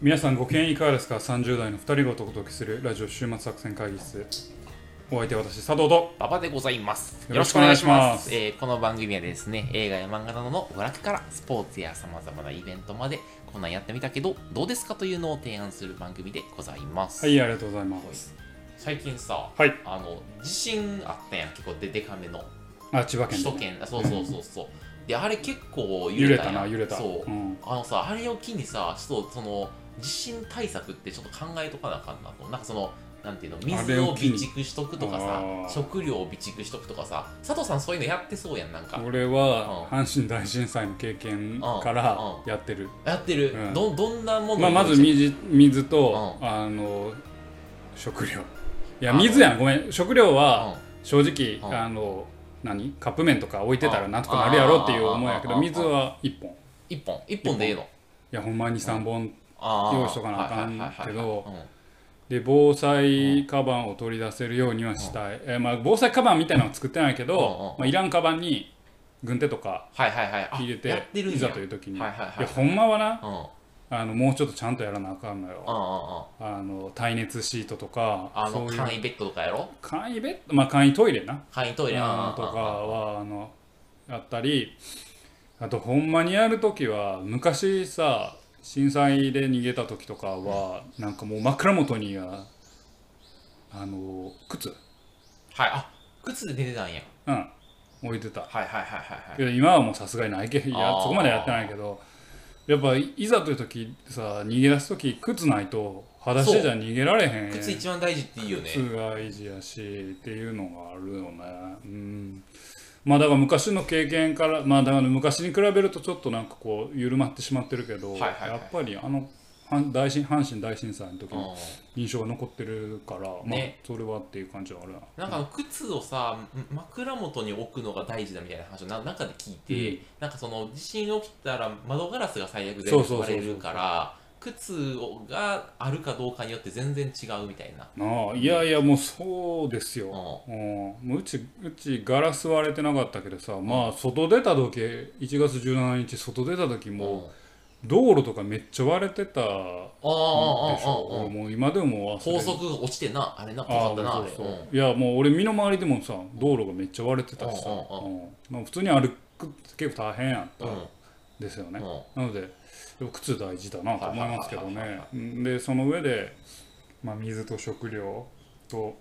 皆さんご機嫌いかがですか ?30 代の2人がお届けするラジオ週末作戦会議室。お相手は私、佐藤と。馬場でございます。よろしくお願いしますえーこの番組はですね、映画や漫画などの娯楽からスポーツやさまざまなイベントまで、こんなんやってみたけど、どうですかというのを提案する番組でございます。はい、ありがとうございます。最近さ、はいあの地震あったやん、結構ででかめのあ、千葉県首でね。都圏、あそうそうそうそう。で、あれ結揺構揺れれたたやんな、揺れた。そう、んあのさ、あれを機にさ、ちょっとその地震対策ってちょっと考えとかなあかんなと。なんかその、なんていうの、あ水れをを機備に蓄しとくとかあさー、食料を備蓄しとくとかさ、佐藤さんそういうのやってそうやん、なんか。俺は阪神大震災の経験からうやってる。やってる、うんどどんなものまあ、まず水水水と、うあの食料。いや、あの水やん、ごめん。食料はは、正直、うんあの、何カップ麺とか置いてたらなんとかなるやろっていう思いやけあど、ー水は1本。い一本、一本でいいの。や、ほんまに3本あー用意しとかなあかんけどはいはいはいはいで防災カバンを取り出せるようにはしたい、えーまあ、防災カバンみたいなのは作ってないけど、うんうんうんまあ、いらんカバンに軍手とかはいはいはい。あ入れてやってるんやいざという時に、はいはいはいやほんまはなうんうんうんうんあのもうちょっとちゃんとやらなあかんのよああの耐熱シートとかの、そういう簡易ベッドとかやろ簡易ベッド、まあ、簡易トイレな簡易トイレあーとかはあのあったりあとほんまにやる時は昔さ震災で逃げた時とかはなんかもう枕元にはあの靴はい、あ靴で出てたんや。うん置いてたはいはいはいはいけはい。ど今はもうさすがにないけいやあーそこまでやってないけどやっぱいいざという時さ逃げ出す時靴ないと裸足じゃ逃げられへん靴一番大事っていいよね。靴が維持やしっていうのがあるよねうんまあだから昔の経験からまあだから昔に比べるとちょっとなんかこう緩まってしまってるけど、はいはいはいやっぱりあの阪大震阪神大震災の時うのん印象が残ってるから、ねまあそれはっていう感じはあるななんかあの靴をさん枕元に置くのが大事だみたいな話をななんかで聞いて、なんかその地震起きたら窓ガラスが最悪全部そうそうそう壊そうれるから靴をがあるかどうかによって全然違うみたいな。ああいやいやもうそうですよ、うんうんもううちうちガラス割れてなかったけどさ、まあ外出た時1月17日外出た時うんも道路とかめっちゃ割れてたでしょあああああああ俺あもう今でも忘れ高速が落ちてなあれな怖あかったなああれ。そううそんういやもう俺身の回りでもさ道路がめっちゃ割れてたしさ、うんうんまあ、普通に歩くって結構大変やったうんんですよね、うんなので靴大事だなと思いますけどはいはいはいねは。でその上で、まあ、水と食料と、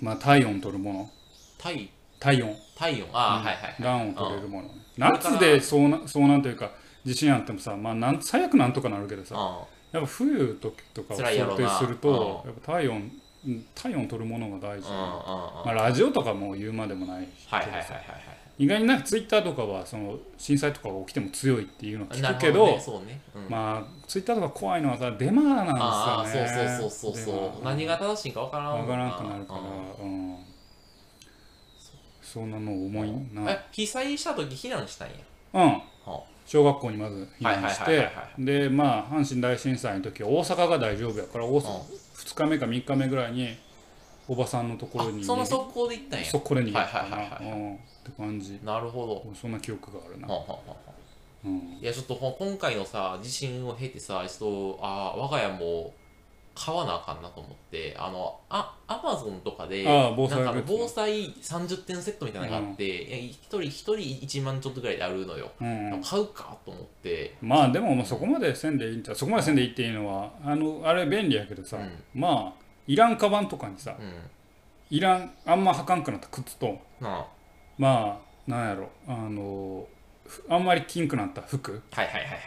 まあ、体温取るもの体体温体温ああ、はいはいはい。暖を取れるもの、ん夏でそうなそうなんというか地震あってもさ、まあ、なん最悪なんとかなるけどさあやっぱ冬の時とかを想辛いやろうな定するとうやっぱ体温うん体温取るものが大あ事、うんうんうんまあ、ラジオとかも言うまでもないしはいはいはいはい意外になんかツイッターとかはその震災とかが起きても強いっていうのをはい。聞くなけるほどねそうね。うんまあツイッターとか怖いのはさデマなんああですよね。そうそうそうそうデそうマ何が正しいんかわからんわもんからなくなるかうんら、うん、そんなの重いな。え被災した時避難したんやうん、は小学校にまず避難しはいはいてはいはいは、でまあ阪神大震災の時は大阪が大丈夫やから、大阪う二日目か三日目ぐらいにおばさんのところあにそのそ速攻で行ったんやこで逃げたかはいはいな、はいはうん、って感じ。なるほそんな記憶があるどな。はあはあはあうん、いやちょっとほん今回のさ地震を経てさちょっとあー我が家も買わなあかんなと思ってあのあアマゾンとかであー防災なんかあのグッズ防災30点セットみたいなのがあって、いや一人一人1万ちょっとぐらいであるのよ、うん買うかと思ってまあでもまあそこまでせんでいいんちゃうそこまでせんでいいっていうのはあのあれ便利やけどさ、うまあいらんカバンとかにさうんいらんあんま履かんくなった靴となあまあなんやろあのふあんまりキンくなった服はいはいはいはいはい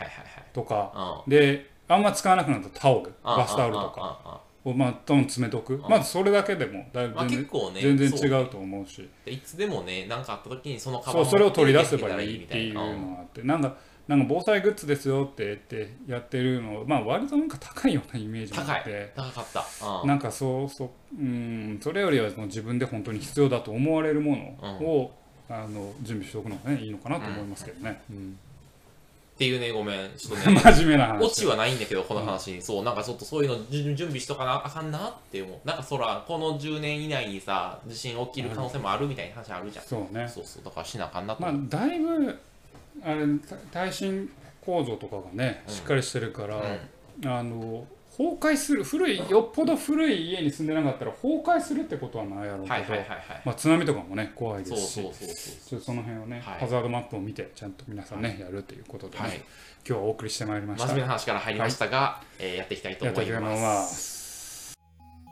とかはいであんま使わなくなったタオルうんバスタオルとかかをまあ多分詰めとくんまずそれだけでもだいぶまあ全結然,、構ね全然そう違うと思うしでいつでもね、何かあった時にそのカバそンうそれを取り出せば持っていきいってみてたらいうみたなのがあってなんかなんか防災グッズですよってってやってるのまあ割となんか高いようなイメージもあって。高かった。うんなんかそうそううんそれよりはその自分で本当に必要だと思われるものを、あの準備しておくのが、ね、いいのかなと思いますけどね、うんっていうね、ごめん、ちょっ とね、真面目なオチ話はないんだけど、この話に、そう、なんかちょっとそういうのじゅ準備しとかなあかんなって思う。なんかそら、この10年以内にさ、地震起きる可能性もあるみたいな話あるじゃん。そうねそうそう、だからしなあかんなとまあ思う。だいぶあれた耐震構造とかがねしっかりしてるから、うんあの崩壊する古いよっぽど古い家に住んでなかったら崩壊するってことはないやろうけど、はいはいはいはい。まあ、津波とかもね怖いでそうすしそうそうそちょっとその辺をね、はいハザードマップを見てちゃんと皆さんね、やるということで、う。ねはい。今日はお送りしてまいりまし真た面目な話から入りましたが、えーやっていきたいとやって思いきいたいとま思いす。ます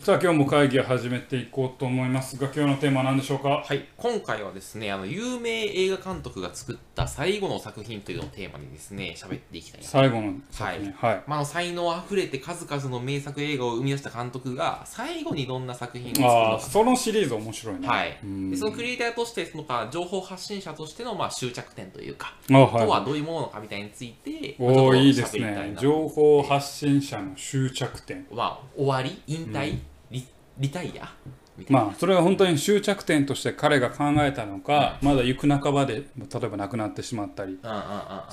さあ今日も会議を始めていこうと思いますが今日のテーマは何でしょうかはい、今回はですね、あの有名映画監督が作った最後の作品というのをテーマにですね、喋っていきたいなと最後の作品はい、まあ、あの才能あふれて数々の名作映画を生み出した監督が最後にどんな作品を作るああのそのシリーズ面白いねか、はいうんでそのクリエイターとしてそのか情報発信者としてのまあ終着点というか、あはいとはどういうものかみたいについて、まあちおょっおといいです喋りたいねなと情報発信者の終着点まあ、終わり引退、リリタイアみたいな、まあそれが本当に終着点として彼が考えたのか、まだ行く半ばで例えば亡くなってしまったりうんうんうんうん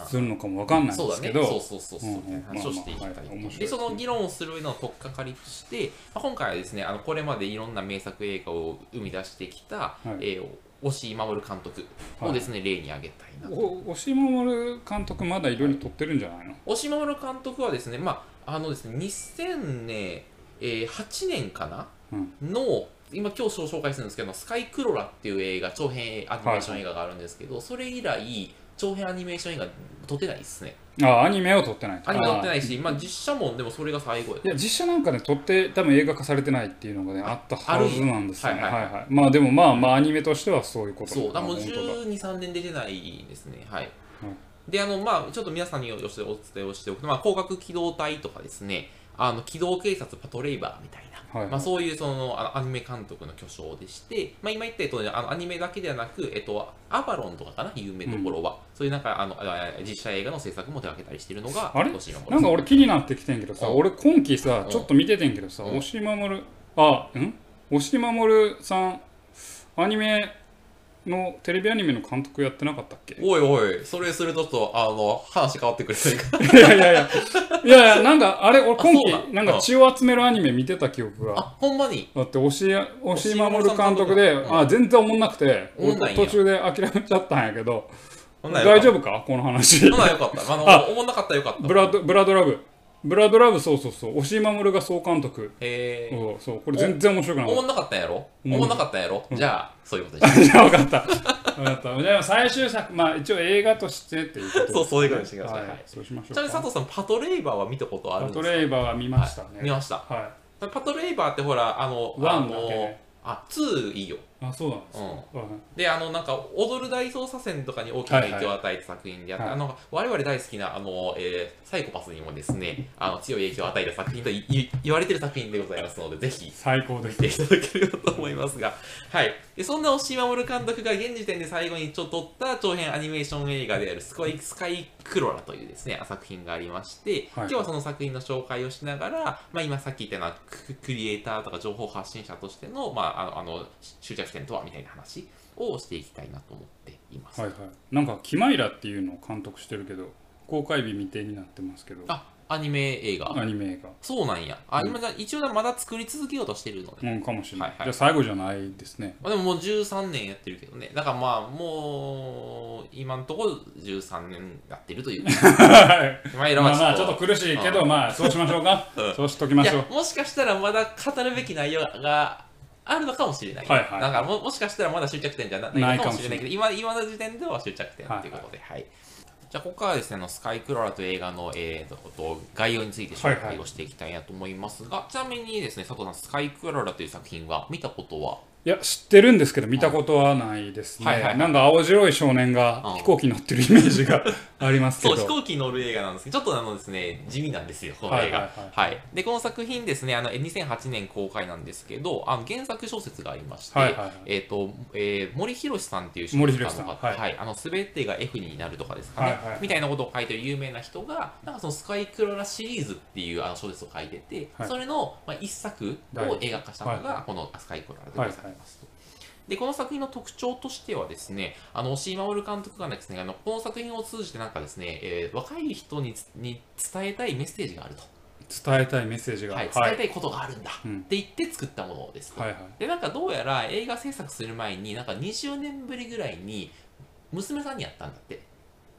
するのかもわかんないんそうでだすねけど、そうそうそうそう、うんうんみたいな話をしていきたい,、まあまあはい面白いでその議論をする上での取っかかりとして、まあ、今回はですねあのこれまでいろんな名作映画を生み出してきた、いえー押井守監督をですね、例に挙げたいなとお押井守監督まだいろいろ撮ってるんじゃないの押井守監督はですねまああのですね2008年,、えー8年かな、の今今日紹介するんですけど「スカイクロラ」っていう映画長編アニメーション映画があるんですけど、それ以来長編アニメーション映画撮ってないですねああアニメを撮ってないとアニメ撮ってないいしまあ実写もでもそれが最後やいや実写なんかね撮って多分映画化されてないっていうのがねあったはあるずなんですよねははいいははいい、まあでもまあまあアニメとしてはそういうことそう、だだからもう本当だ12、3年出てないですね。はい。うんで、あの、まあ、ちょっと皆さんにお伝えをしておくと、まあ、光学機動隊とかですね、あの、機動警察パトレイバーみたいな、はいまあ、そういうそのあアニメ監督の巨匠でして、まあ、今言ったようにあのアニメだけではなく、えっと、アバロンとかかな、有名どころは、そういうなんか、あの、あ実写映画の制作も手掛けたりしているのが、あれ星野なんか俺気になってきてんけどさうん俺今期さうんちょっと見ててんけどさうん押井守あうん押井守さんアニメのテレビアニメの監督やってなかったっ けおいおい、それするとちょっと、あの、話変わってくるというか。いやいやいや、いやいや、なんか、あれ、俺、今あそう期、ななんんか血を集めるアニメ見てた記憶が。 あ、ほんまに。だって、押井押井守押井守監監督督でう、んあ、全然おもんなくて、おもんないんや途中で諦めちゃったんやけど、ほんなら大よかっ丈夫かこの話 た。。ほんならよかった。あの、あ思んなかったらよかった。ブラッド、ブラッドラブ。ブラッドラブ、そうそうそう。押井守が総監督。えー、そうそう、これ全然面白くなかおっもんなかったんやろおんもんなかったんやろ、じゃあ、そういうことでた。いや、分かった。分かった。じゃあ、最終作、まあ、一応映画としてっていう ことでそうそういうことにしてくださいははいい。そうしましょちなうみに佐か。藤さん、パトレイバーは見たことあるパんでトすかレイバーは見ましたはい見ね。ました。はパトレイバーってほら、あの、ワあンだけのね、あ、2いいよ。い。あ、そうなんですうか。ん。はいで、あの、なんか、踊る大捜査線とかに大きな影響を与えた作品であって、はいあの、我々大好きな、あの、えーサイコパスにもですね、あの、強い影響を与えた作品といい言われてる作品でございますので、ぜひ、最高です見。ていただけると思いますが、はい、でそんな押井守監督が現時点で最後にちょっと撮った長編アニメーション映画である「スカイスカイクロラ」というですね作品がありまして、今日はその作品の紹介をしながら、まあ、今さっき言ったようなククリエイターとか情報発信者としての,、まあ、あのあの終着点とはみたいな話をしていきたいなと思っています。はいはい、なんか「キマイラ」っていうのを監督してるけど公開日未定になってますけどあアニメ映画、アニメ映画そうなんや。あ、今じゃ一応まだ作り続けようとしてるので。うんかもしれない、はいはいじゃあ最後じゃないですねまあ、でももう13年やってるけどね。だからまあ、もう、今のところ13年やってると いう。まあ、いろんまなあまあちょっと苦しいけど、まあそうしましょうか、うんそうしときまいしょやう、もしかしたらまだ語るべき内容があるのかもしれない。はいはいだからも、もしかしたらまだ終着点じゃなないいかかももししれれなないいけど、今、今の時点では終着点はいということで、はい。じゃあ、ここからはですね、あのスカイクロラという映画の、えー、と概要について紹はい介はをしていきたいなと思いますが、ちなみにですね、佐藤さん、スカイクロラという作品は見たことはいや知ってるんですけど見たことはないですね、はいはいはいなんか青白い少年うんが飛行機乗ってるイメージ がありますけそう、ど飛行機に乗る映画なんですけど、ちょっとあのですね、地味なんですよ、この映画。ははいいはいで、この作品ですね、あの、え2008年公開なんですけど、あの原作小説がありまして、はいはいはいえっ、と、えー森博さんっていう小森説家博さのん方、はいはい、あの、すべてが F になるとかですかね、はいはいみたいなことを書いてる有名な人が、なんかそのスカイクロラシリーズっていうあの小説を書いてて、はいそれの、まあ、一作を映画化したのはが、このスカイクロラでございます。はいはいで、この作品の特徴としてはですね、あの、押井守監督がですね、あの、この作品を通じてなんかですね、えー若い人につに伝えたいメッセージがあると。伝えたいメッセージがはい、伝えたいことがあるんだうんって言って作ったものですと。はいはいで、なんかどうやら映画制作する前に、なんか20年ぶりぐらいに娘さんにやったんだって。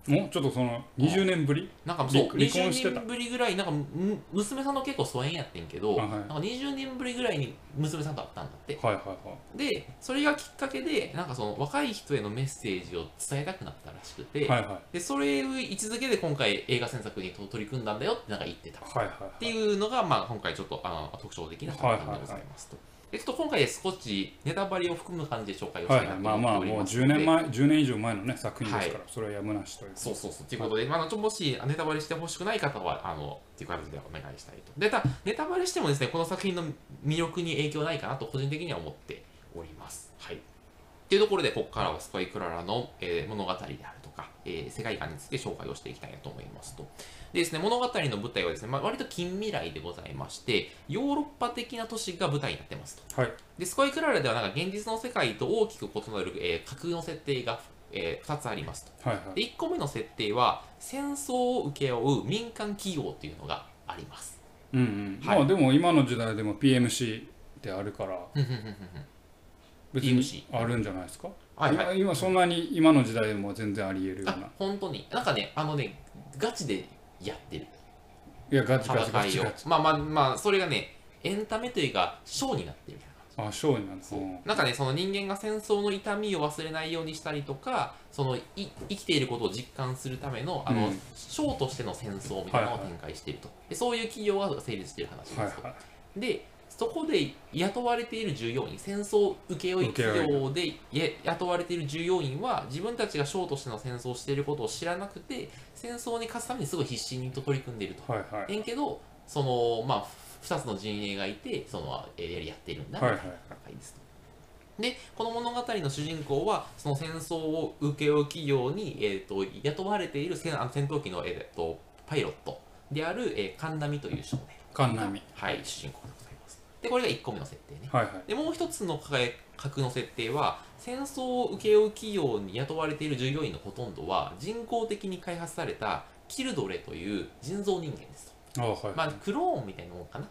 もうちょっとその20年ぶりなんかそう離離婚して20た年ぶりぐらいなんかむ娘さんの結構疎遠やってんけど、あはいなんか20年ぶりぐらいに娘さんと会ったんだってはいはいはいでそれがきっかけでなんかその若い人へのメッセージを伝えたくなったらしくて、はいはいはでそれを位置づけで今回映画制作にと取り組んだんだよってなんか言ってたっいはていいうのが、まあ、今回ちょっとあの特徴的な作品でございますと。でちょっと今回で少しネタバレを含む感じで紹介をしはたいいはないとまあま思あっておりもうま10すので、年前10年以上前のね作品ですからそれはやむなしというそうそうそう。ということで、まあ、ちょっともしネタバレしてほしくない方は、あの、っていう感じでお願いしたいと。で、ただネタバレしてもですね、この作品の魅力に影響ないかなと、個人的には思っております。はい。っていうところで、ここからはスパイクララの、えー物語であるとか、えー世界観について紹介をしていきたいなと思いますと。でですね、物語の舞台はですね、まあ、割と近未来でございまして、ヨーロッパ的な都市が舞台になってますと。はいで、スコイクララではなんか現実の世界と大きく異なる、えー架空の設定が、え2つありますと。はいはいで1個目の設定は戦争を請け負う民間企業というのがあります。うんうんはいまあでも今の時代でも PMC ってあるから別に PMC あるんじゃないですかはいはい今今そんなに今の時代でも全然あり得るようあな本当になんかねあのねガチでやってるいやガチガチガ戦チいをガチまあまあまあそれがねエンタメというかショーになってるみたいな感じあ勝利なんですそうねなんかねその人間が戦争の痛みを忘れないようにしたりとかそのい生きていることを実感するためのあの、うんショーとしての戦争みたいなのを展開していると、でそういう企業が成立している話ですと、はいはいでそこで雇われている従業員戦争請負企業でや雇われている従業員は自分たちが将としての戦争をしていることを知らなくて戦争に勝つためにすごい必死に取り組んでいると。はいはいえんけどそのまあ2つの陣営がいてそのえーやり合ってるんだみはたいいはない戦いですと。でこの物語の主人公はその戦争を請け負う企業に、えー、と雇われている戦あの戦闘機の、えー、とパイロットである、えー、神波という少年。カンナミはい、主人公でございます。で、これが1個目の設定ね。はいはいで、もう一つの架空の設定は、戦争を請け負う企業に雇われている従業員のほとんどは、人工的に開発されたキルドレという人造人間ですと。あはいまあ、クローンみたいなもんかな。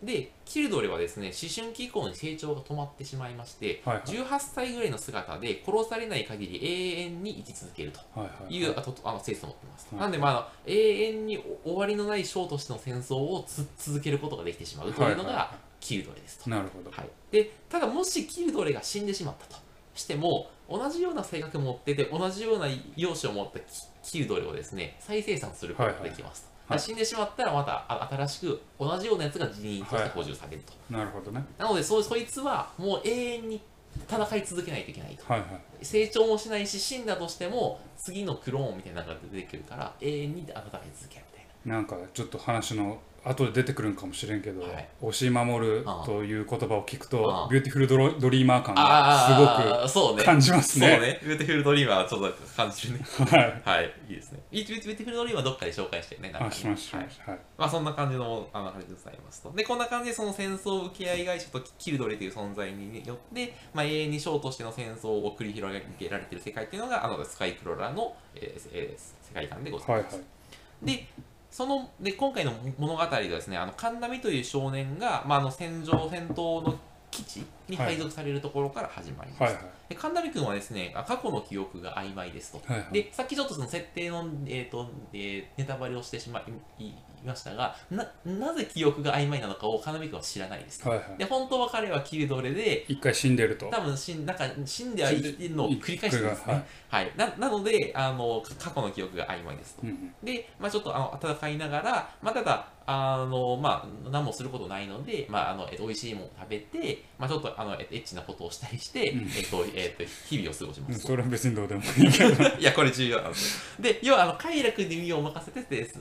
で、キルドレはですね、思春期以降に成長が止まってしまいまして、はいはい18歳ぐらいの姿で殺されない限り永遠に生き続けると。はいいうはいあとあの性質を持ってます、はいなんで、まああの、永遠に終わりのない章としての戦争をつ続けることができてしまうというのはいはいはがキルドレですと、なるほどはいでただもしキルドレが死んでしまったとしても同じような性格持ってて同じような容姿を持ったキキルドレをですね再生産することができはいはますと、いはいだから死んでしまったらまたあ新しく同じようなやつが人員として補充されると、なるほどねなのでそそいつはもう永遠に戦い続けないといけないとはいはい成長もしないし死んだとしても次のクローンみたいなのが出てくるから永遠に温め続けるみたいなんかちょっと話の後で出てくるんかもしれんけどはい「押し守るあ」あという言葉を聞くあとあビューティフルドロドリーマー感ながああすごそうくね感じますそうねねビューティフルドリームはちょっと感じるねはいはいいいですねビュービューティフルドリームはどっかで紹介してねなんかねあしましたしはいましたはいまあそんな感じのあの話でございますと。で、こんな感じでその戦争請合会社とキルドレという存在によって、まあ、永遠に将としての戦争を繰り広げられている世界っていうのが、あのスカイクロラの、えーえー世界観でございます。はいはいでそので今回の物語ではですねあの神波という少年が、まあ、あの戦場戦闘の基地に配属されるところから始まります、はいはいで神波君はですねあ過去の記憶が曖昧ですと、はいはいでさっきちょっとその設定の、えーとえーネタバレをしてしまいいましたがななぜ記憶が曖昧なのかを神波君は知らないですと、はいはいで本当は彼はキルドレで一回死んでると多分死んなんか死んでは生きてるのを繰り返してるんですね、はいはいななのであの過去の記憶が曖昧ですとうんうんで、まあ、ちょっとあの戦いながら、まあ、ただあの、まあ、何もすることないので、まあ、あのえっと美味しいものを食べて、まあ、ちょっとあのえっとエッチなことをしたりして、うんえっとえっと、日々を過ごしうまんす。それは別にどうでもいいけど いや、これ重要なんです。で、要はあの快楽に身を任せてです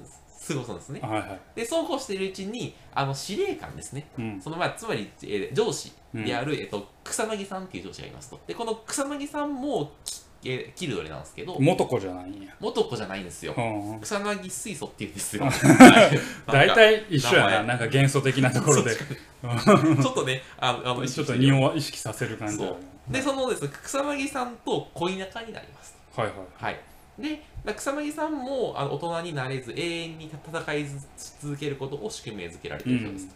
過ごすんですね。はいはいで、そうこうしているうちにあの司令官ですね、うんそのまあつまり、えー上司である、えっと、草薙さんっていう上司がいますと。で、この草薙さんもき、えーキルドレなんですけど、元子じゃないんや元子じゃないんですよ。うんうん草薙水素っていうんですよ。はい大体一緒や名ななんか元素的なところでなんかちょっとね、あの、あ のちょっと匂いを意識させる感じだよねそうで、そのですね、草薙さんと恋仲になります。はいはいはい。で、だ草薙さんもあの大人になれず、永遠に戦い続けることを宿命づけられているようです。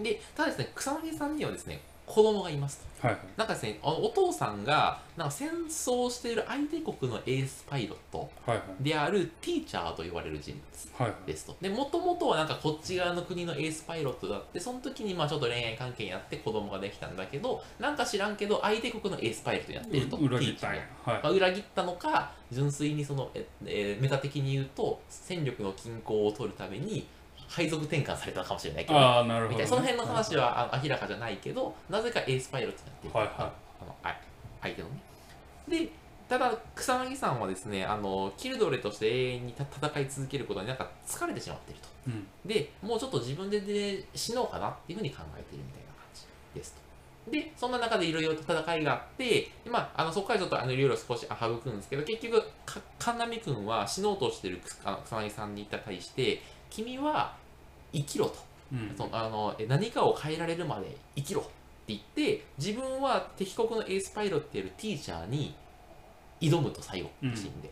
で、ただですね、草薙さんにはですね、子供がいますと。はいはいなんかですね、あのお父さんがなんか戦争している相手国のエースパイロットはいであるティーチャーと言われる人物はいはいですと。で、もともとはなんかこっち側の国のエースパイロットだって、その時にまあちょっと恋愛関係になって子供ができたんだけど、なんか知らんけど相手国のエースパイロットになってると。う裏テ切ィっーチャたーんがやはいまあ、裏切ったのか純粋にそのえ、えーメタ的に言うと戦力の均衡を取るために配属転換されたのかもしれないけどああなるほみどたいねなその辺の話はあ明らかじゃないけどなぜかエースパイロットになっているはいはいあのあ相手のねでただ草薙さんはですねあのキルドレとして永遠にた戦い続けることになんか疲れてしまっているとうんでもうちょっと自分で、ね、死のうかなっていうふうに考えてるみたいな感じですと。で、そんな中でいろいろと戦いがあって、まあ、あのそこからちょっといろいろ少しあ育むんですけど、結局、か神波君は死のうとしてるあの草薙さんに対して、君は生きろと。うんそのあのえ何かを変えられるまで生きろって言って自分は敵国のエースパイロットであるティーチャーに挑むと最後うんシーンで、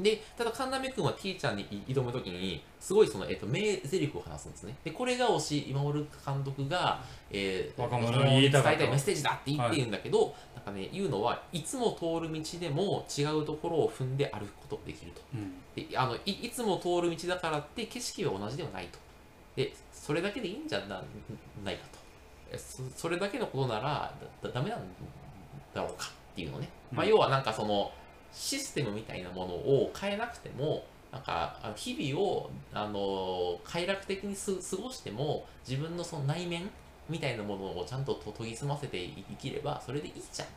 でただ神鍋君はティーチャーにい挑む時にすごいその、えっと名台詞を話すんですねでこれが押井守監督が、えー若者に言いたかった伝えたいメッセージだって言ってるんだけど、なんかね言うのはいつも通る道でも違うところを踏んで歩くことができるとうんであのいいつも通る道だからって景色は同じではないとでそれだけでいいんじゃなないかとえそそれだけのことならだだダメなんだろうかっていうのね、まあ、うん要はなんかそのシステムみたいなものを変えなくてもなんかあの日々をあの快楽的にす過ごしても自分のその内面みたいなものをちゃんとと研ぎ澄ませてい生きればそれでいいじゃんと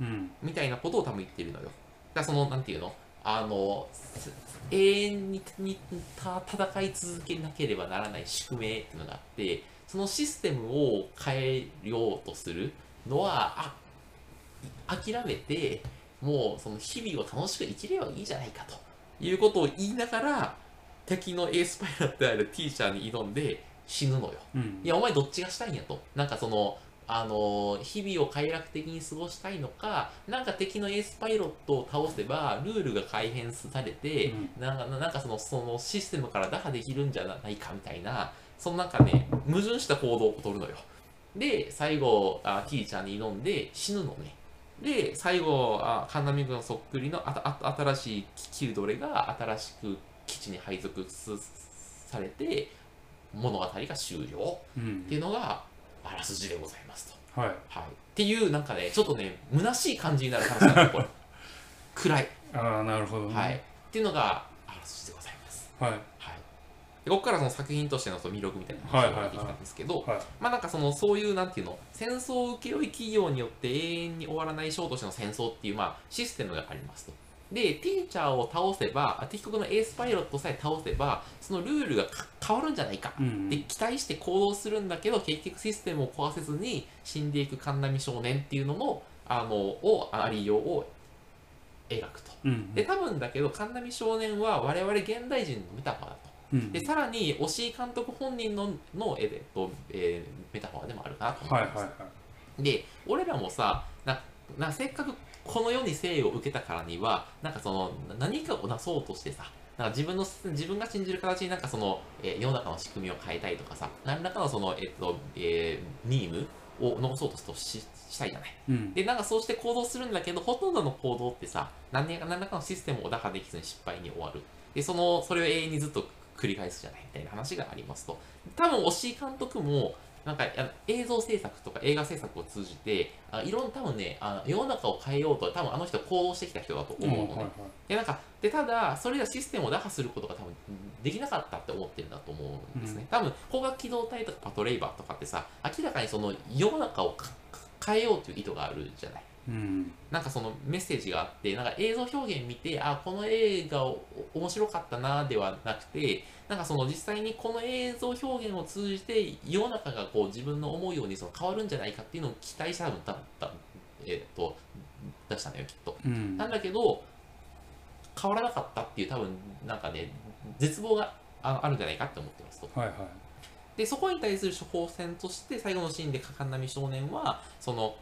うんみたいなことを多分言ってるのよ。だからその、なんていうのあの、す永遠ににた戦い続けなければならない宿命っていうのがあって、そのシステムを変えようとするのは、あ諦めて、もうその日々を楽しく生きればいいじゃないかということを言いながら、敵のエースパイロットであるティーチャーに挑んで死ぬのよ。うんいや、お前どっちがしたいんやと。なんかその、あのー日々を快楽的に過ごしたいのか、なんか敵のエースパイロットを倒せば、ルールが改変されて、なんか、なんかその、そのシステムから打破できるんじゃないかみたいな、そのなんかね、矛盾した行動を取るのよ。で、最後、あキーちゃんに挑んで死ぬのね。で、最後、あ神奈美君そっくりのあたあた新しいキルドレが新しく基地に配属すされて、物語が終了。うってんいうのがあらすじでございますと。はいはい、っていうなんかねちょっとね虚しい感じになる話なんだ これ暗い、ああなるほどねはい、っていうのがあらすじでございます。はいはい、でここからその作品としてのその魅力みたいな話が出てきたんですけど、はいまあなんかそのそういうなんていうの戦争請負企業によって永遠に終わらないショーとしての戦争っていうまあシステムがありますと。で、ティーチャーを倒せば、あ敵国のエースパイロットさえ倒せば、そのルールがか変わるんじゃないかうんで期待して行動するんだけど結局システムを壊せずに死んでいく神波少年っていうののあのをありようを描くと。うんで多分だけど神波少年は我々現代人のメタファーだと。うんでさらに押井監督本人ののえっとえーメタファーでもあるなと思はいいはまいす。はいで俺らもさななせっかくこの世に生を受けたからにはなんかそのな何かを出そうとしてさなんか自分の自分が信じる形になんかその、えー世の中の仕組みを変えたいとかさ何らかのその、えっとえー、ニームを残そうとししたいじゃないうんでなんかそうして行動するんだけどほとんどの行動ってさ何年か何らかのシステムを打破できずに失敗に終わるでそのそれを永遠にずっと繰り返すじゃないみたいな話がありますと多分押井監督もなんかあの映像制作とか映画制作を通じてあいろんな多分ねあ世の中を変えようと多分あの人行動してきた人だと思うのね、うんはいはいでなんかでただそれらシステムを打破することが多分できなかったって思ってるんだと思うんですね、うん多分光学機動隊とかパトレイバーとかってさ明らかにその世の中をかか変えようという意図があるじゃないうんなんかそのメッセージがあってなんか映像表現見てあこの映画お面白かったなではなくてなんかその実際にこの映像表現を通じて世の中がこう自分の思うようにその変わるんじゃないかっていうのを期待した多分だった、えっと出したのよきっと。うんなんだけど、変わらなかったっていう、多分なんかね、絶望がああるんじゃないかって思ってますと。はいはいで、そこに対する処方箋として、最後のシーンで、かかんなみ少年は、その、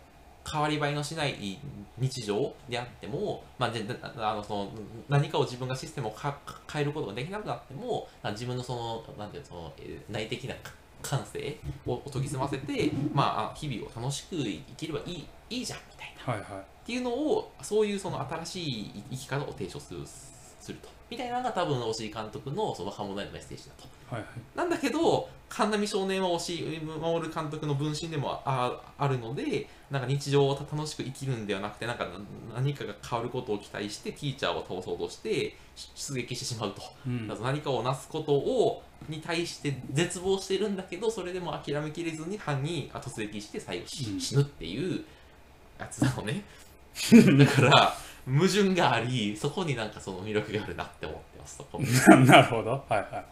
変わり映えのしない日常であっても、まあ、でなあのその何かを自分がシステムをかか変えることができなくなっても、あ自分のその、なんていうのその、えー内的な感性を研ぎ澄ませて、まああ、日々を楽しく生きればいいいいじゃんみたいな。はいはっていうのをそういうその新しい生き方を提唱するするとみたいなのが多分押井監督のそのハモナイのメッセージだといはいはいなんだけど神波少年は押井守監督の分身でもああるのでなんか日常を楽しく生きるんではなくてなんか何かが変わることを期待してティーチャーを倒そうとして出撃してしまうとうんだから何かをなすことをに対して絶望してるんだけどそれでも諦めきれずに犯人が突撃して最後死,、うんぬっていうやつなの ねだから矛盾がありそこになんかその魅力があるなって思ってますそこだか なるほどはいは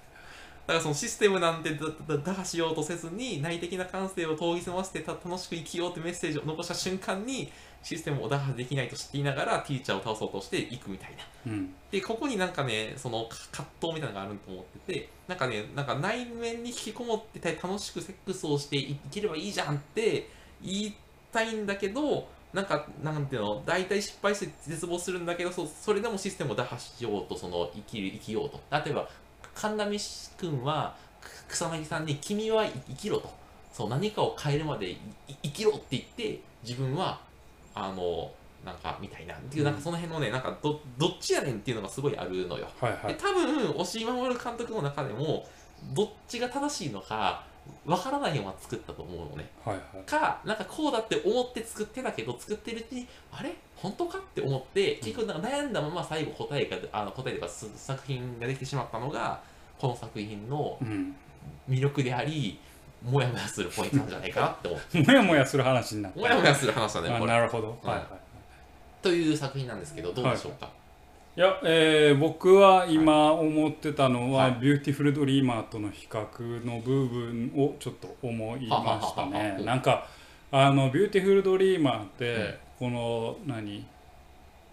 らそのシステムなんてだだ打破しようとせずに内的な感性を研ぎ澄ませてた楽しく生きようってメッセージを残した瞬間にシステムを打破できないと知っていながらティーチャーを倒そうとしていくみたいないうでここになんかねそのか葛藤みたいなのがあると思っててなんかねなんか内面に引きこもってて楽しくセックスをしていければいいじゃんって言いたいんだけどなんかなんていうの大体失敗して絶望するんだけどそそれでもシステムを打破しようとその生きる生きようと例えば神田美君はく草薙さんに「君は生きろ」とそう何かを変えるまでいい生きろって言って自分はあのなんかみたいなっていうなんかその辺のねなんかどどっちやねんっていうのがすごいあるのよはいはでい多分押井守監督の中でもどっちが正しいのかわからないまま作ったと思うのねはいはいかなんかこうだって思って作ってたけど作ってるうちにあれ本当かって思って結局なんか悩んだまま最後答えがあの答えというかす作品ができてしまったのがこの作品のうん魅力でありもやもやするポイントなんじゃないかなって思 うもやもやする話になったもやもやする話だねあこれなるほどはいはいという作品なんですけどどうでしょうか、いや、えー僕は今思ってたのは、はいビューティフルドリーマーとの比較の部分をちょっと思いましたはははねは。なんかあのビューティフルドリーマーって、この何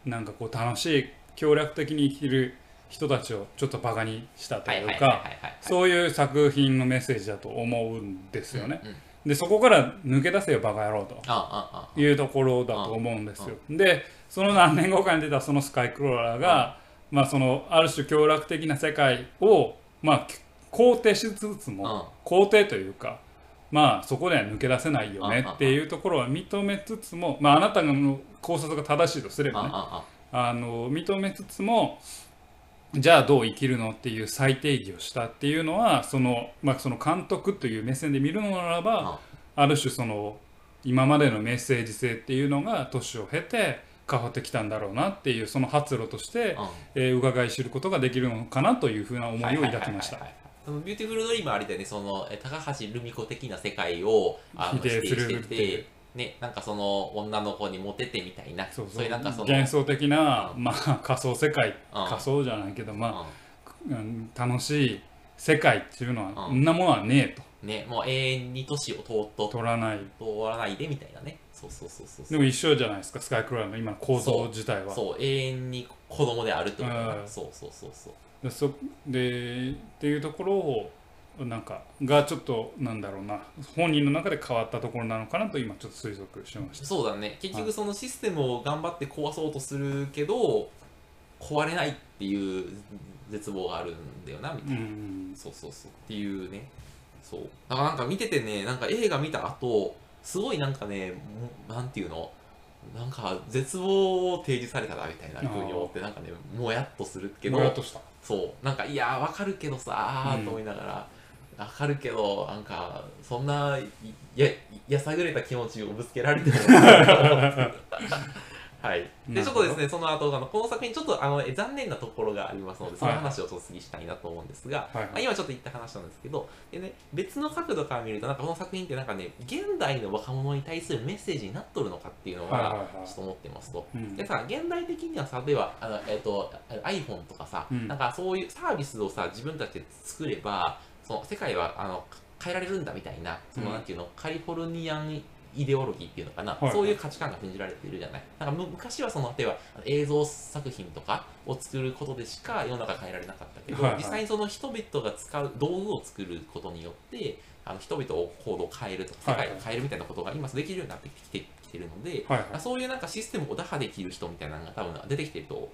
なんかこう楽しい協力的に生きる人たちをちょっとバカにしたとはいいうはいはいか、はいはいそういう作品のメッセージだと思うんですよね。うんうんでそこから抜け出せよバカ野郎と。ああああいうところだと思うんですよ。でその何年後かに出たそのスカイクローラーが、まあ、そのある種享楽的な世界を、まあ、肯定しつつも、肯定というか、まあ、そこでは抜け出せないよねっていうところは認めつつも、まあ、あなたの考察が正しいとすれああばねああの認めつつもじゃあどう生きるのっていう再定義をしたっていうのはその,、まあ、その監督という目線で見るのならば、あある種その今までのメッセージ性っていうのが年を経て変わってきたんだろうなっていうその発露として、ああえー伺い知ることができるのかなというふうな思いを抱きました。はいはいはいはいはいそのビューティフルドリームあれだよねそのえ高橋留美子的な世界をあの否否定定するしてっていうてねなんかその女の子にモテてみたいなそうそういうなんかその幻想的な、うまあ、仮想世界、うん仮想じゃないけど、まあううん楽しい世界っていうのは、うんん、んなものはねえとんねもう永遠に年を通っと取らない通らないでみたいなねそうそうそうそうそでうも一緒じゃないですかスカイクローラーの今の構造自体は。そう永遠に子供であるってことだなうんそうそうそうそうでそでっていうところをなんかがちょっとなんだろうな本人の中で変わったところなのかなと今ちょっと推測しましたそうだね結はい局そのシステムを頑張って壊そうとするけど壊れないっていう絶望があるんだよなみたいなうんうんそうそうそうっていうねそうだからなんか見ててねなんか映画見た後すごいなんかねもなんていうのなんか絶望を提示されたなみたいな風に思ってなんかねもやっとするけどぼやっと したそうなんかいやーわかるけどさうんーと思いながら、わかるけどなんかそんないややさぐれた気持ちをぶつけられてもはいなでるちょっほどとですねその後あのこの作品ちょっとあのえ残念なところがありますのでそのはい話をちょっと次したいなと思うんですが、いはいまあ、今ちょっと言った話なんですけどで、ね、別の角度から見るとなんかこの作品ってなんかね現代の若者に対するメッセージになっとるのかっていうはのいはいははいちょっと思ってますと。うんでさ現代的にはさ例えばあの、えっと iPhone とかさ、うんなんかそういうサービスをさ自分たちで作ればその世界はあの変えられるんだみたいなその、うんなんていうのカリフォルニアンイデオロギーっていうのかな、はいはいそういう価値観が信じられているじゃないなんかむ昔はその例えば映像作品とかを作ることでしか世の中変えられなかったけど、はいはい実際にその人々が使う道具を作ることによってあの人々を行動を変えるとか世界を変えるみたいなことが今できるようになってきてきてるので、はいはいあそういうなんかシステムを打破できる人みたいなのが多分出てきてると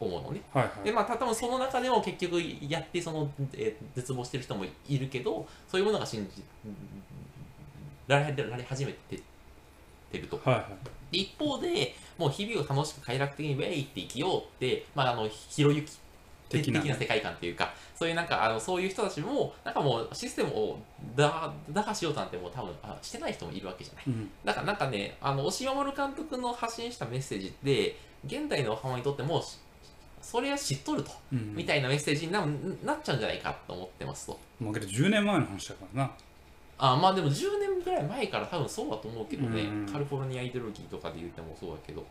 思うのね。はいでまあ、た多分その中でも結局やってその、えー絶望してる人もいるけどそういうものが信じられられ始めてってると。はいはいで一方でもう日々を楽しく快楽的にウェイって生きようって、まあ、あのひろゆき的的なな世界観っていうかそういうなんかあのそういう人たちもなんかもうシステムを打打破しようなんてもう多分あしてない人もいるわけじゃない。うんだからなんかね、あの押井守監督の発信したメッセージって、現代の若者にとってもうし、それは知っとると、うんみたいなメッセージにななっちゃうんじゃないかと思ってますと。まあけど10年前の話だからなあまあでも10年ぐらい前から多分そうだと思うけどね、うんカリフォルニアイデオロギーとかで言ってもそうだけど。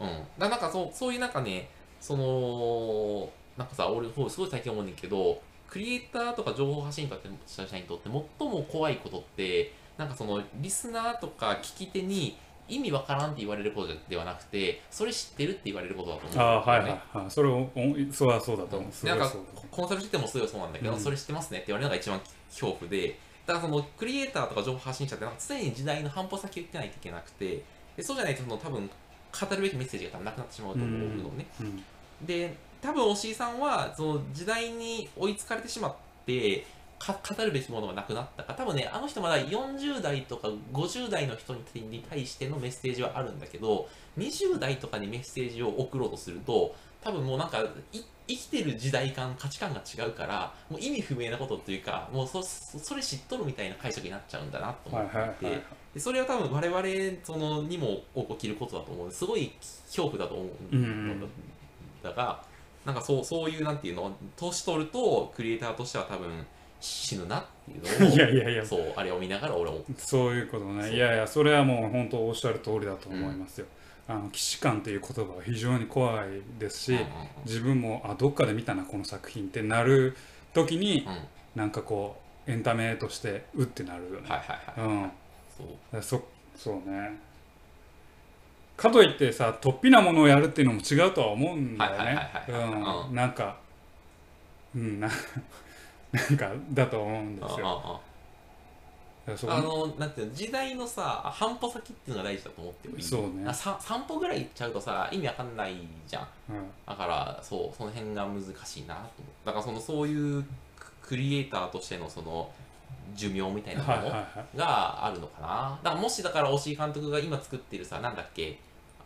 うん。だからなんかそうそういうなんかね、その、なんかさ、俺、そうすごい最近思うねんだけど、クリエイターとか情報発信者って者にとって最も怖いことって、なんかそのリスナーとか聞き手に意味わからんって言われることではなくて、それ知ってるって言われることだと思うんだあよねあはいはいはいそれをおそうだそうだと思うすごないんかそうだコンサルしててもすごいそうなんだけど、うんそれ知ってますねって言われるのが一番恐怖でだからそのクリエイターとか情報発信者ってなんか常に時代の半歩先を言ってないといけなくてでそうじゃないとその多分語るべきメッセージが多分なくなってしまうと思うのね、うんで多分押井さんはその時代に追いつかれてしまってか語るべきものがなくなったか多分ねあの人まだ40代とか50代の人に対してのメッセージはあるんだけど20代とかにメッセージを送ろうとすると多分もうなんかい生きてる時代感価値観が違うからもう意味不明なことというかもうそそそれ知っとるみたいな解釈になっちゃうんだなと思はいってはいはいはいでそれは多分我々そのにも起きることだと思うすごい恐怖だと思ううんのだが、なんかそうそういうなんていうの年取るとクリエイターとしては多分死ぬなっていう のをいやいやいやそうあれを見ながら俺もそういうことそうね。いやいや、それはもう本当おっしゃる通りだと思いますよ。あの、既視感という言葉は非常に怖いですし、うんうん自分も、あ、どっかで見たな、この作品ってなる時に、うん、うんはいなんかこう、エンタメとして、うってなるよね。はいはいうん。だかそうらそ、そうね。かといってさ、突飛なものをやるっていうのも違うとは思うんだよね。はいはいはいはいはいうん。なんか、うん、な なんか、だと思うんですよ。だかあらそこあああのなんていうの時代のさ半歩先っていうのが大事だと思ってるそうねあさ3歩ぐらい行っちゃうとさ意味わかんないじゃんうんだからそうその辺が難しいなと思うだからそのそういうククリエイターとしてのその寿命みたいなもはいはいのはい。があるのかなだからもしだから押井監督が今作ってるさなんだっけ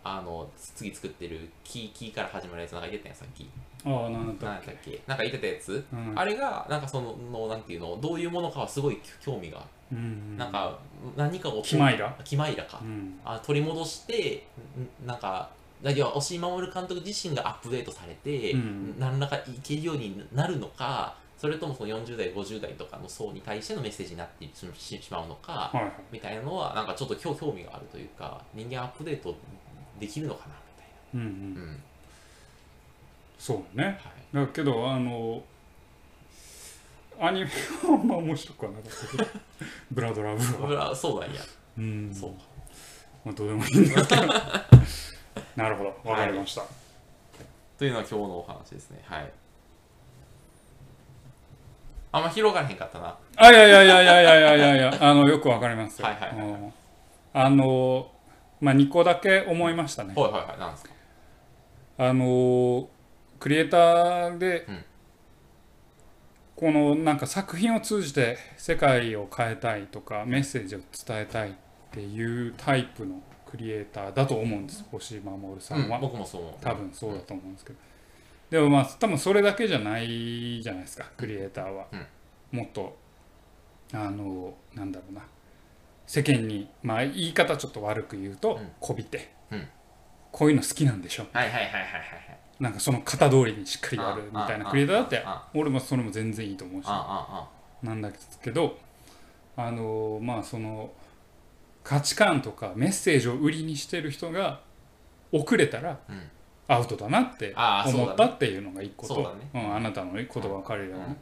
あの次作ってるキーキーから始まるやつなんか言ってたやんさっきああ、なんだったなんだっけなんか言ってたやつ、うんあれがなんかそののなんていうのどういうものかはすごい興味がある、うんなんか何かをキマイラキマイラか、うんあ取り戻してんなんかだけど押井守監督自身がアップデートされて、うん何らかいけるようになるのかそれともその40代50代とかの層に対してのメッセージになってしししまうのか、はいはいみたいなのはなんかちょっと興興味があるというか人間アップデートできるのかなみうんうたいんな、うんそうねはだい、けどあのアニメはあんま面白くはなかったけ どブラドラブそはれはそうなんや、うんそうかまあどうでもいいんだけど なるほどわかりました、というのは今日のお話ですねはいあんま広がらへんかったなあいやいやいやいやいやいやいやあのよくわかりますよはいはいはいはいうんあのまあ2個だけ思いましたねはいはいはいなんですかあのクリエイターで、うんこのなんか作品を通じて世界を変えたいとかメッセージを伝えたいっていうタイプのクリエイターだと思うんです星守さんは、うん僕もそう思う多分そうだと思うんですけど、でもまあ多分それだけじゃないじゃないですかクリエイターは、もっとあのなんだろうな世間にまあ言い方ちょっと悪く言うと、うんこびて、うんこういうの好きなんでしょはいはいはいはいはいなんかその型通りにしっかりやるみたいなクリエイターだってあ俺もそれも全然いいと思うしあなんだけどあのまあその価値観とかメッセージを売りにしてる人が遅れたらうんアウトだなってあーそうだね思ったっていうのが一個そうとだねうんあなたの言葉は彼らはね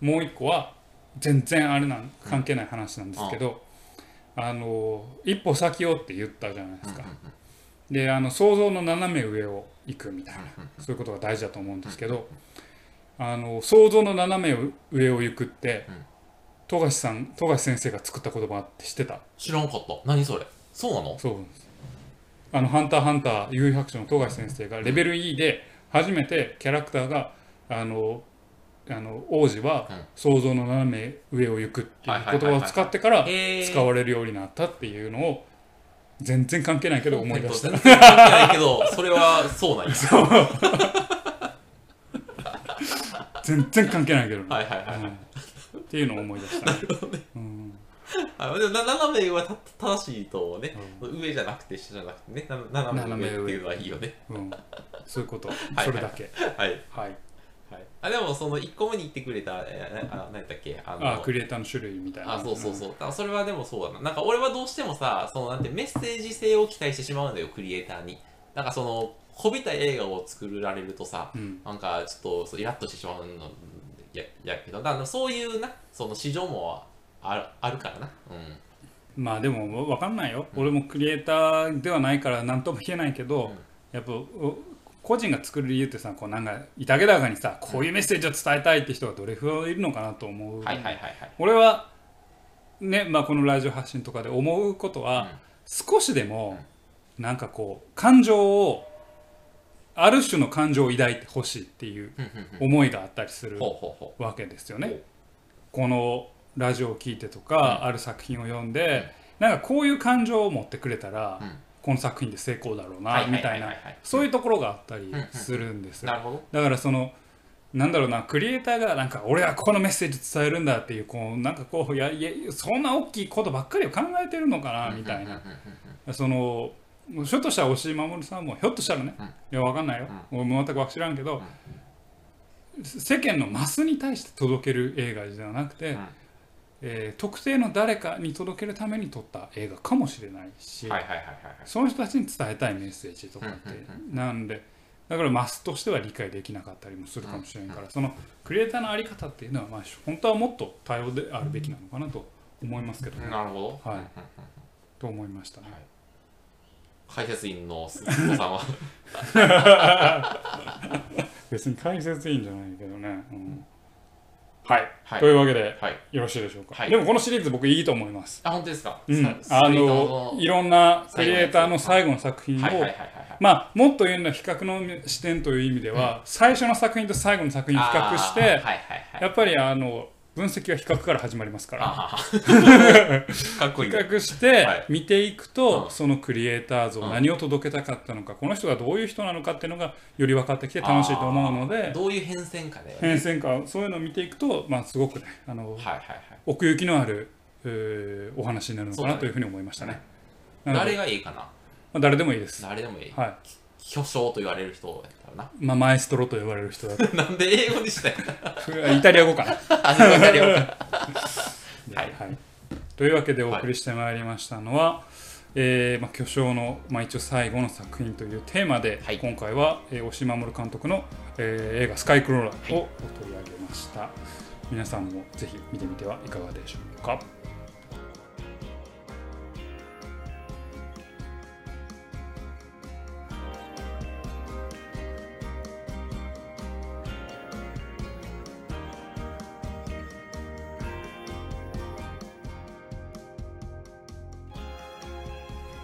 もう一個は全然あれなん関係ない話なんですけどあの一歩先をって言ったじゃないですかであの想像の斜め上を行くみたいなそういうことが大事だと思うんですけど、あの想像の斜め上を行くってうん、富樫さん、富樫先生が作った言葉って知ってた。知らんかった何それそうなのそうなんです。あのハンターハンター、有百姓の富樫先生がレベル E で初めてキャラクターがあのあの王子はうん想像の斜め上を行くっていうはいはいはいはい言葉を使ってからへー使われるようになったっていうのを全然関係ないけど思い出した。本当に全然関係ないけど、それはそうなんや。全然関係ないけどね、はいはいはい。うんっていうのを思い出した、ね。うんあでもな斜め上はた正しいとね、上じゃなくて下じゃなくてね、な斜め上っていうのはいいよね。うん、そういうこと、はいそれだけ。はい。はい、はい、あでもその1個目に言ってくれた、えー、なあ何だっけあのあクリエイターの種類みたいな。あそうそうそう、だからそれはでもそうだななんか俺はどうしてもさそのなんてメッセージ性を期待してしまうんだよクリエイターになんかそのこびた映画を作られるとさ、うんなんかちょっとそうイラッとしてしまうのややけどだからそういうなその市場もあるあるからなうんまあでも分かんないよ、俺もクリエイターではないから何とも言えないけど、やっぱお個人が作る理由ってさこうなんかいたけだかにさこういうメッセージを伝えたいって人がどれほどいるのかなと思う、はいはいはいはい俺はね、まあ、このラジオ発信とかで思うことは、うん少しでもなんかこう感情をある種の感情を抱いてほしいっていうふんふんふん思いがあったりするほうほうほわけですようね。このラジオを聞いてとか、ある作品を読んで、なんかこういう感情を持ってくれたら、うんこの作品で成功だろうな、はいはいはみいはたいいはないそういうところがあったりするんですよ、なるほどだからそのなんだろうなクリエイターがなんか俺はこのメッセージ伝えるんだっていうこうなんかこういやいやそんな大きいことばっかりを考えてるのかなみたいなうんうんうんそのひょっとしたら押井守さんもひょっとしたらね、うんいやわかんないよ、俺も全く知らんけど、世間のマスに対して届ける映画ではなくて、うんえー特定の誰かに届けるために撮った映画かもしれないし、うんはいはいはいはいはいその人たちに伝えたいメッセージとかって、うんなんでだからマスとしては理解できなかったりもするかもしれないから、そのクリエイターの在り方っていうのは、まあ、本当はもっと多様であるべきなのかなと思いますけどね、なるほど、はいうんうんうんと思いましたね。解説員の鈴 子さんは別に解説いいんじゃないけどね、うんはい、はいというわけではいよろしいでしょうか、はいでもこのシリーズ僕いいと思いますあ本当ですか、うん、さあスリーのといろんなクリエイターの最後の作品を、はいはいはいはいはいまあ、もっと言うのは比較の視点という意味では、最初の作品と最後の作品を比較して、あーはいはいはいやっぱりあの分析は比較から始まりますからあーかっこいい比ね較してはい見ていくと、うんそのクリエイター像、うん何を届けたかったのかこの人がどういう人なのかっていうのがより分かってきて楽しいと思うのあーでどういう変遷かだよね変遷感そういうのを見ていくと、まあ、すごくねあの、はいはいはい奥行きのある、えーお話になるのかそうだなねというふうに思いましたね。なので誰がいいかなまあ、誰でもいいです。誰でもいいはい巨匠と言われる人やったらまあ、マエストロと呼ばれる人だと ななんで英語にしたいイタリア語かな。あでもわかるよはい はい、というわけでお送りしてまいりましたのは、えーまあ、巨匠の、まあ、一応最後の作品というテーマで、はい今回は、えー、押井守監督の、えー映画「スカイクローラー」はを取り上げました、皆さんもぜひ見てみてはいかがでしょうか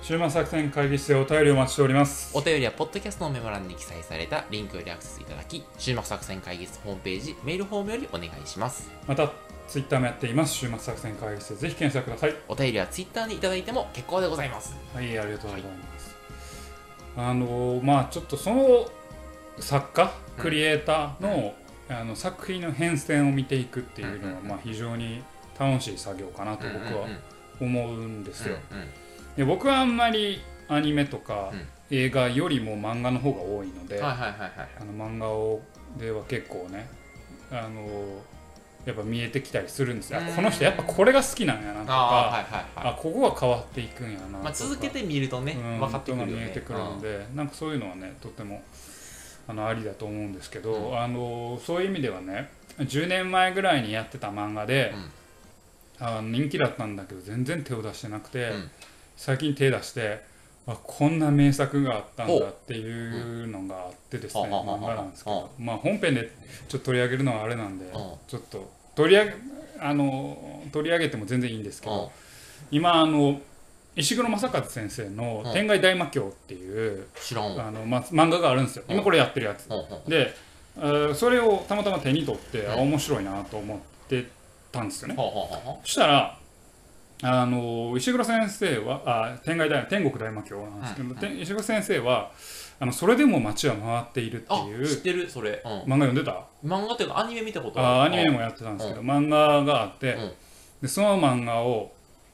終末作戦会議室でお便りをお待ちしておりますお便りはポッドキャストのメモ欄に記載されたリンクよりアクセスいただき終幕作戦会議室ホームページメールフォームよりお願いしますまたツイッターもやっています週末作戦会議室ぜひ検索くださいお便りはツイッターにいただいても結構でございますはい、ありがとうございます。あのまあちょっとその作家、うんクリエイターの,、あの作品の変遷を見ていくっていうのは、うんうんうんまあ非常に楽しい作業かなと僕はうんうんうん思うんですよ。うんうんで僕はあんまりアニメとかうん映画よりも漫画の方が多いので、はいはいはいはいはいあの漫画をでは結構ねあのやっぱ見えてきたりするんですよ。あうんこの人やっぱこれが好きなんやなとか、あああ,、はいはいはいここが変わっていくんやなとか。まあ続けて見るとねうん分かってくるよ見えねてくるので、なんかそういうのはねとてもあのありだと思うんですけど、うあのそういう意味ではね10年前ぐらいにやってた漫画で、あの人気だったんだけど全然手を出してなくて、うん最近手出してあこんな名作があったんだっていうのがあってですね、うん漫画なんですけははははど、まあ、本編でちょっと取り上げるのはあれなんで、んちょっと取り上げあの取り上げても全然いいんですけど、うん今あの石黒正和先生の「天外大魔教」っていう、知らんわ。あのま、漫画があるんですよ今これやってるやつ、ほうほうで、えーそれをたまたま手に取って、うんあ面白いなと思ってたんですよね、ほうほうほうそしたらあの石黒先生はあ天外大天国大魔教なんですけど、うんうんて石黒先生はあの「それでも街は回っている」ってあい知っうてるそれ。うん漫画読んでた漫画っていうかアニメ見たことあアるニメもやってたんですけど、漫画があって、うんでその漫画を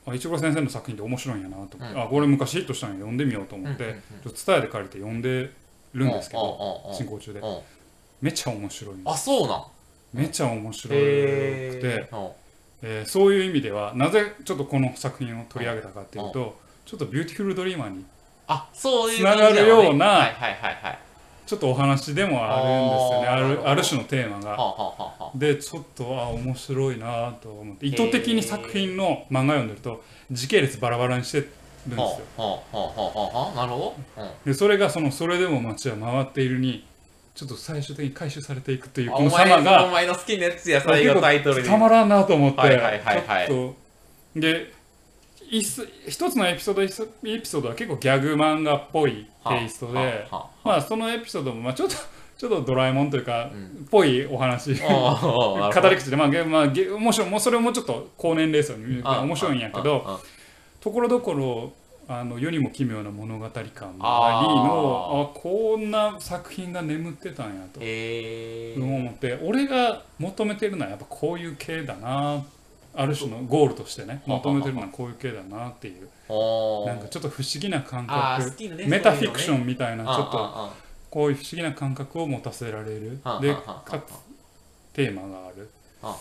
あ一郎先生の作品って面白いんやなと思って、うんあこれ昔ヒットしたんで読んでみようと思って、うんうんうんちょっと伝えで借りて読んでるんですけど、ど進行中で、うんめっちゃ面白いあそうなんめっちゃ面白くへて、ーうんえーそういう意味ではなぜちょっとこの作品を取り上げたかっていうと、ちょっとビューティフルドリーマーにあそういうつながるようなはいはいはいはいちょっとお話でもあるんですよねああーるある種のテーマはあが。はあはあはあでちょっとあ面白いなと思って意図的に作品の漫画読んでると時系列バラバラにしてるんですよ。はあはあはあはあはあなるほどうんでそれがその「それでも街は回っている」にちょっと最終的に回収されていくというあこおの前様のおが前の好きなやつや最結後タイトル構にたまらんなと思ってはいはいはいはいちょっとで一つ一つのエピソード一つエピソードは結構ギャグ漫画っぽいテイストはであはまあそのエピソードもまあちょっとちょっとドラえもんというか、うっぽいお話あはあおーおーなるほど語り口でまあ、げまあ、げ面白いもうそれをもうちょっと高年齢層に見るとあ面白いんやけどああところどころあの世にも奇妙な物語感もあありーのあこんな作品が眠ってたんやとえー思って俺が求めてるのはやっぱこういう系だなある種のゴールとしてねははは求めてるのはこういう系だなっていうおーなんかちょっと不思議な感あー覚好きなねメタフィクションンみたいなちょっととこういう不思議な感覚を持たせられるでかつテーマがあるちょっ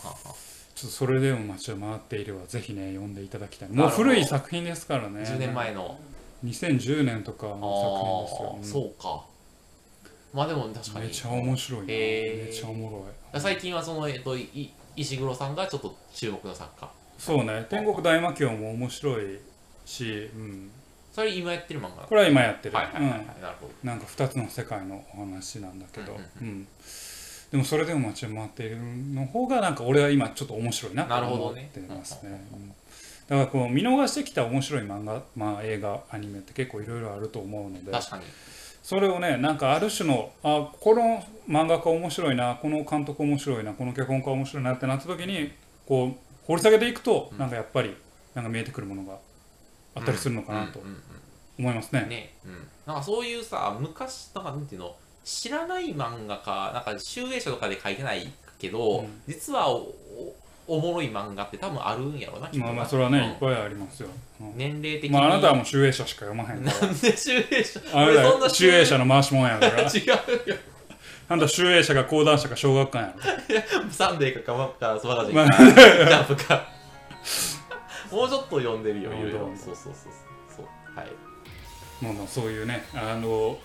とそれでも街を回っていればぜひね読んでいただきたいもう古い作品ですからね10年前の2010年とかの作あ品ーですよ、そうかまあでも確かにめちゃ面白いな、へーめちゃおもろい最近はその、えっと、い石黒さんがちょっと注目の作家そうね天国大魔教も面白いし、うん、それ今やってる漫画これは今やってる、はいはいはい、はいうんなるほどなんか2つの世界のお話なんだけど、ううんんうんでもそれでも街を回っているの方がなんか俺は今ちょっと面白いななるとほ思どっねてますねうんだからこう見逃してきた面白い漫画、まあ、映画アニメって結構いろいろあると思うので確かにそれをねなんかある種のあこの漫画家面白いなこの監督面白いなこの脚本家面白いなってなった時にこう掘り下げていくと、うんなんかやっぱりなんか見えてくるものがあったりするのかなとうんうん思いますうんね。ねうん、なんかそういうさ昔なんかなんていうの知らない漫画家なんか集英社とかで書いてないけど、うん実はおおおもろい漫画って多分あるんやろなきっとなまあまあそれはね、うんいっぱいありますよ。うん年齢的に、まああなたはもう集英社しか読まへんかなんで集英社ら。あな俺そたんな集英社の回しもんやから。 違うよあんた集英社か講談社か小学館やろ。サンデーかかまかそばかじまかあジャンプかもうちょっと読んでるよないるほろどいろそうそうそうそうはいまあまあそういうね、あの、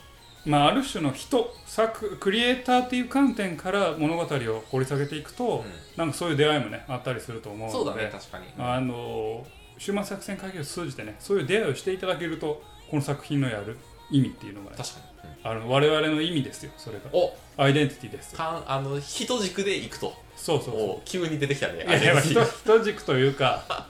まあある種の人、作、クリエイターっていう観点から物語を掘り下げていくと、うなんかそういう出会いもね、あったりすると思うのん、で、そうだね確かにあの、終末作戦会議を通じてね、そういう出会いをしていただけると、この作品のやる意味っていうのがね、確かに、あの我々の意味ですよ、それが。おアイデンティティですよ。かんあの人軸で行くとそうそうそう。お急に出てきたねいやいやあれ人人軸というか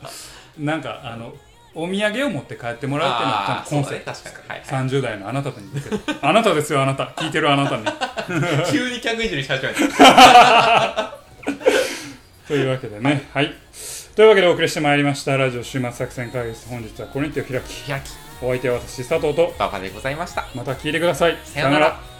なんかあのお土産を持って帰ってもらうっていうのはあー多分コンセプト、そうだね確かに、はい30代のあなたに向けてあなたですよあなた聞いてるあなたにはい、急に客いじりし始めたというわけでねはいというわけでお送りしてまいりましたラジオ終末作戦会議室本日はこれにて開き開きお相手は私佐藤とバカでございましたまた聞いてくださいさようなら